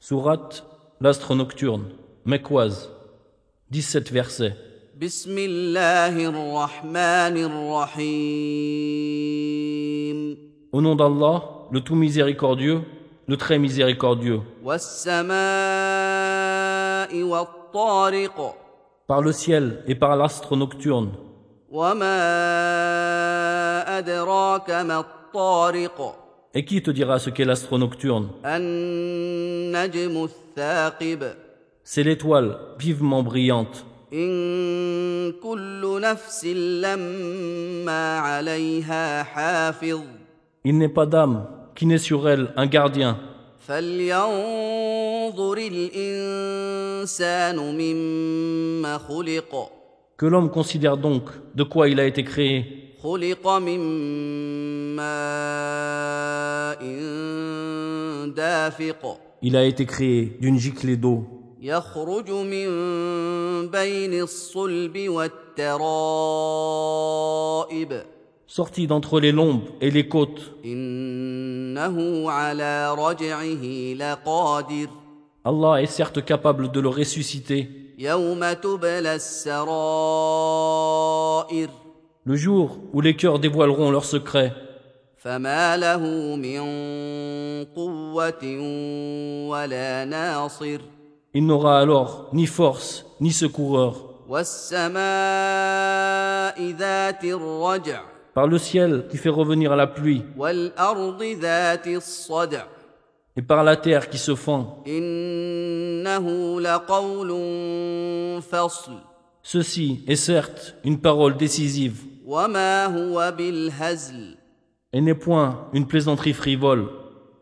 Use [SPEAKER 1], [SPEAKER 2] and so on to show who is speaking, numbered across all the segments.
[SPEAKER 1] Sourate L'astre nocturne, Mekouaz, 17 versets.
[SPEAKER 2] بسم الله الرحمن الرحيم
[SPEAKER 1] Au nom d'Allah, le tout miséricordieux, le très miséricordieux,
[SPEAKER 2] والسماء والطارق
[SPEAKER 1] par le ciel et par l'astre nocturne.
[SPEAKER 2] وما أدراك ما الطارق
[SPEAKER 1] Et qui te dira ce qu'est l'astre nocturne
[SPEAKER 2] النجم الثاقب
[SPEAKER 1] C'est l'étoile vivement brillante.
[SPEAKER 2] إن كل نفس لما عليها حافظ
[SPEAKER 1] Il n'est pas d'âme qui n'ait sur elle un gardien.
[SPEAKER 2] فلينظر الإنسان مما خلق
[SPEAKER 1] Que l'homme considère donc de quoi il a été créé.
[SPEAKER 2] خلق من ماء دافق
[SPEAKER 1] Il a été créé d'une giclée d'eau
[SPEAKER 2] يخرج من بين الصلب والترائب
[SPEAKER 1] sortie d'entre les lombes et les côtes.
[SPEAKER 2] إنه على رجعه لقادر
[SPEAKER 1] Allah est certes capable de le ressusciter
[SPEAKER 2] يوم تبلى السرائر
[SPEAKER 1] le jour où les cœurs dévoileront leurs secrets.
[SPEAKER 2] فما له من قوة ولا ناصر
[SPEAKER 1] Il n'aura alors ni force ni secoureur.
[SPEAKER 2] والسماء ذات الرجع
[SPEAKER 1] Par le ciel qui fait revenir la pluie
[SPEAKER 2] والأرض ذات الصدع
[SPEAKER 1] et par la terre qui se fend.
[SPEAKER 2] إنه لقول فصل
[SPEAKER 1] Ceci est certes une parole décisive
[SPEAKER 2] وما هو بالهزل
[SPEAKER 1] et n'est point une plaisanterie frivole.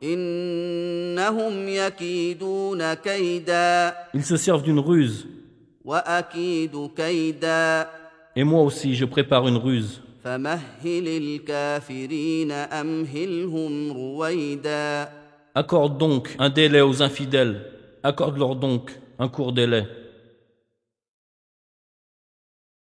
[SPEAKER 2] إنهم يكيدون كيدا
[SPEAKER 1] Ils se servent d'une ruse
[SPEAKER 2] وأكيد كيدا
[SPEAKER 1] et moi aussi je prépare une ruse.
[SPEAKER 2] فمهل الكافرين أمهلهم رويدا
[SPEAKER 1] Accorde donc un délai aux infidèles, accorde-leur donc un court délai.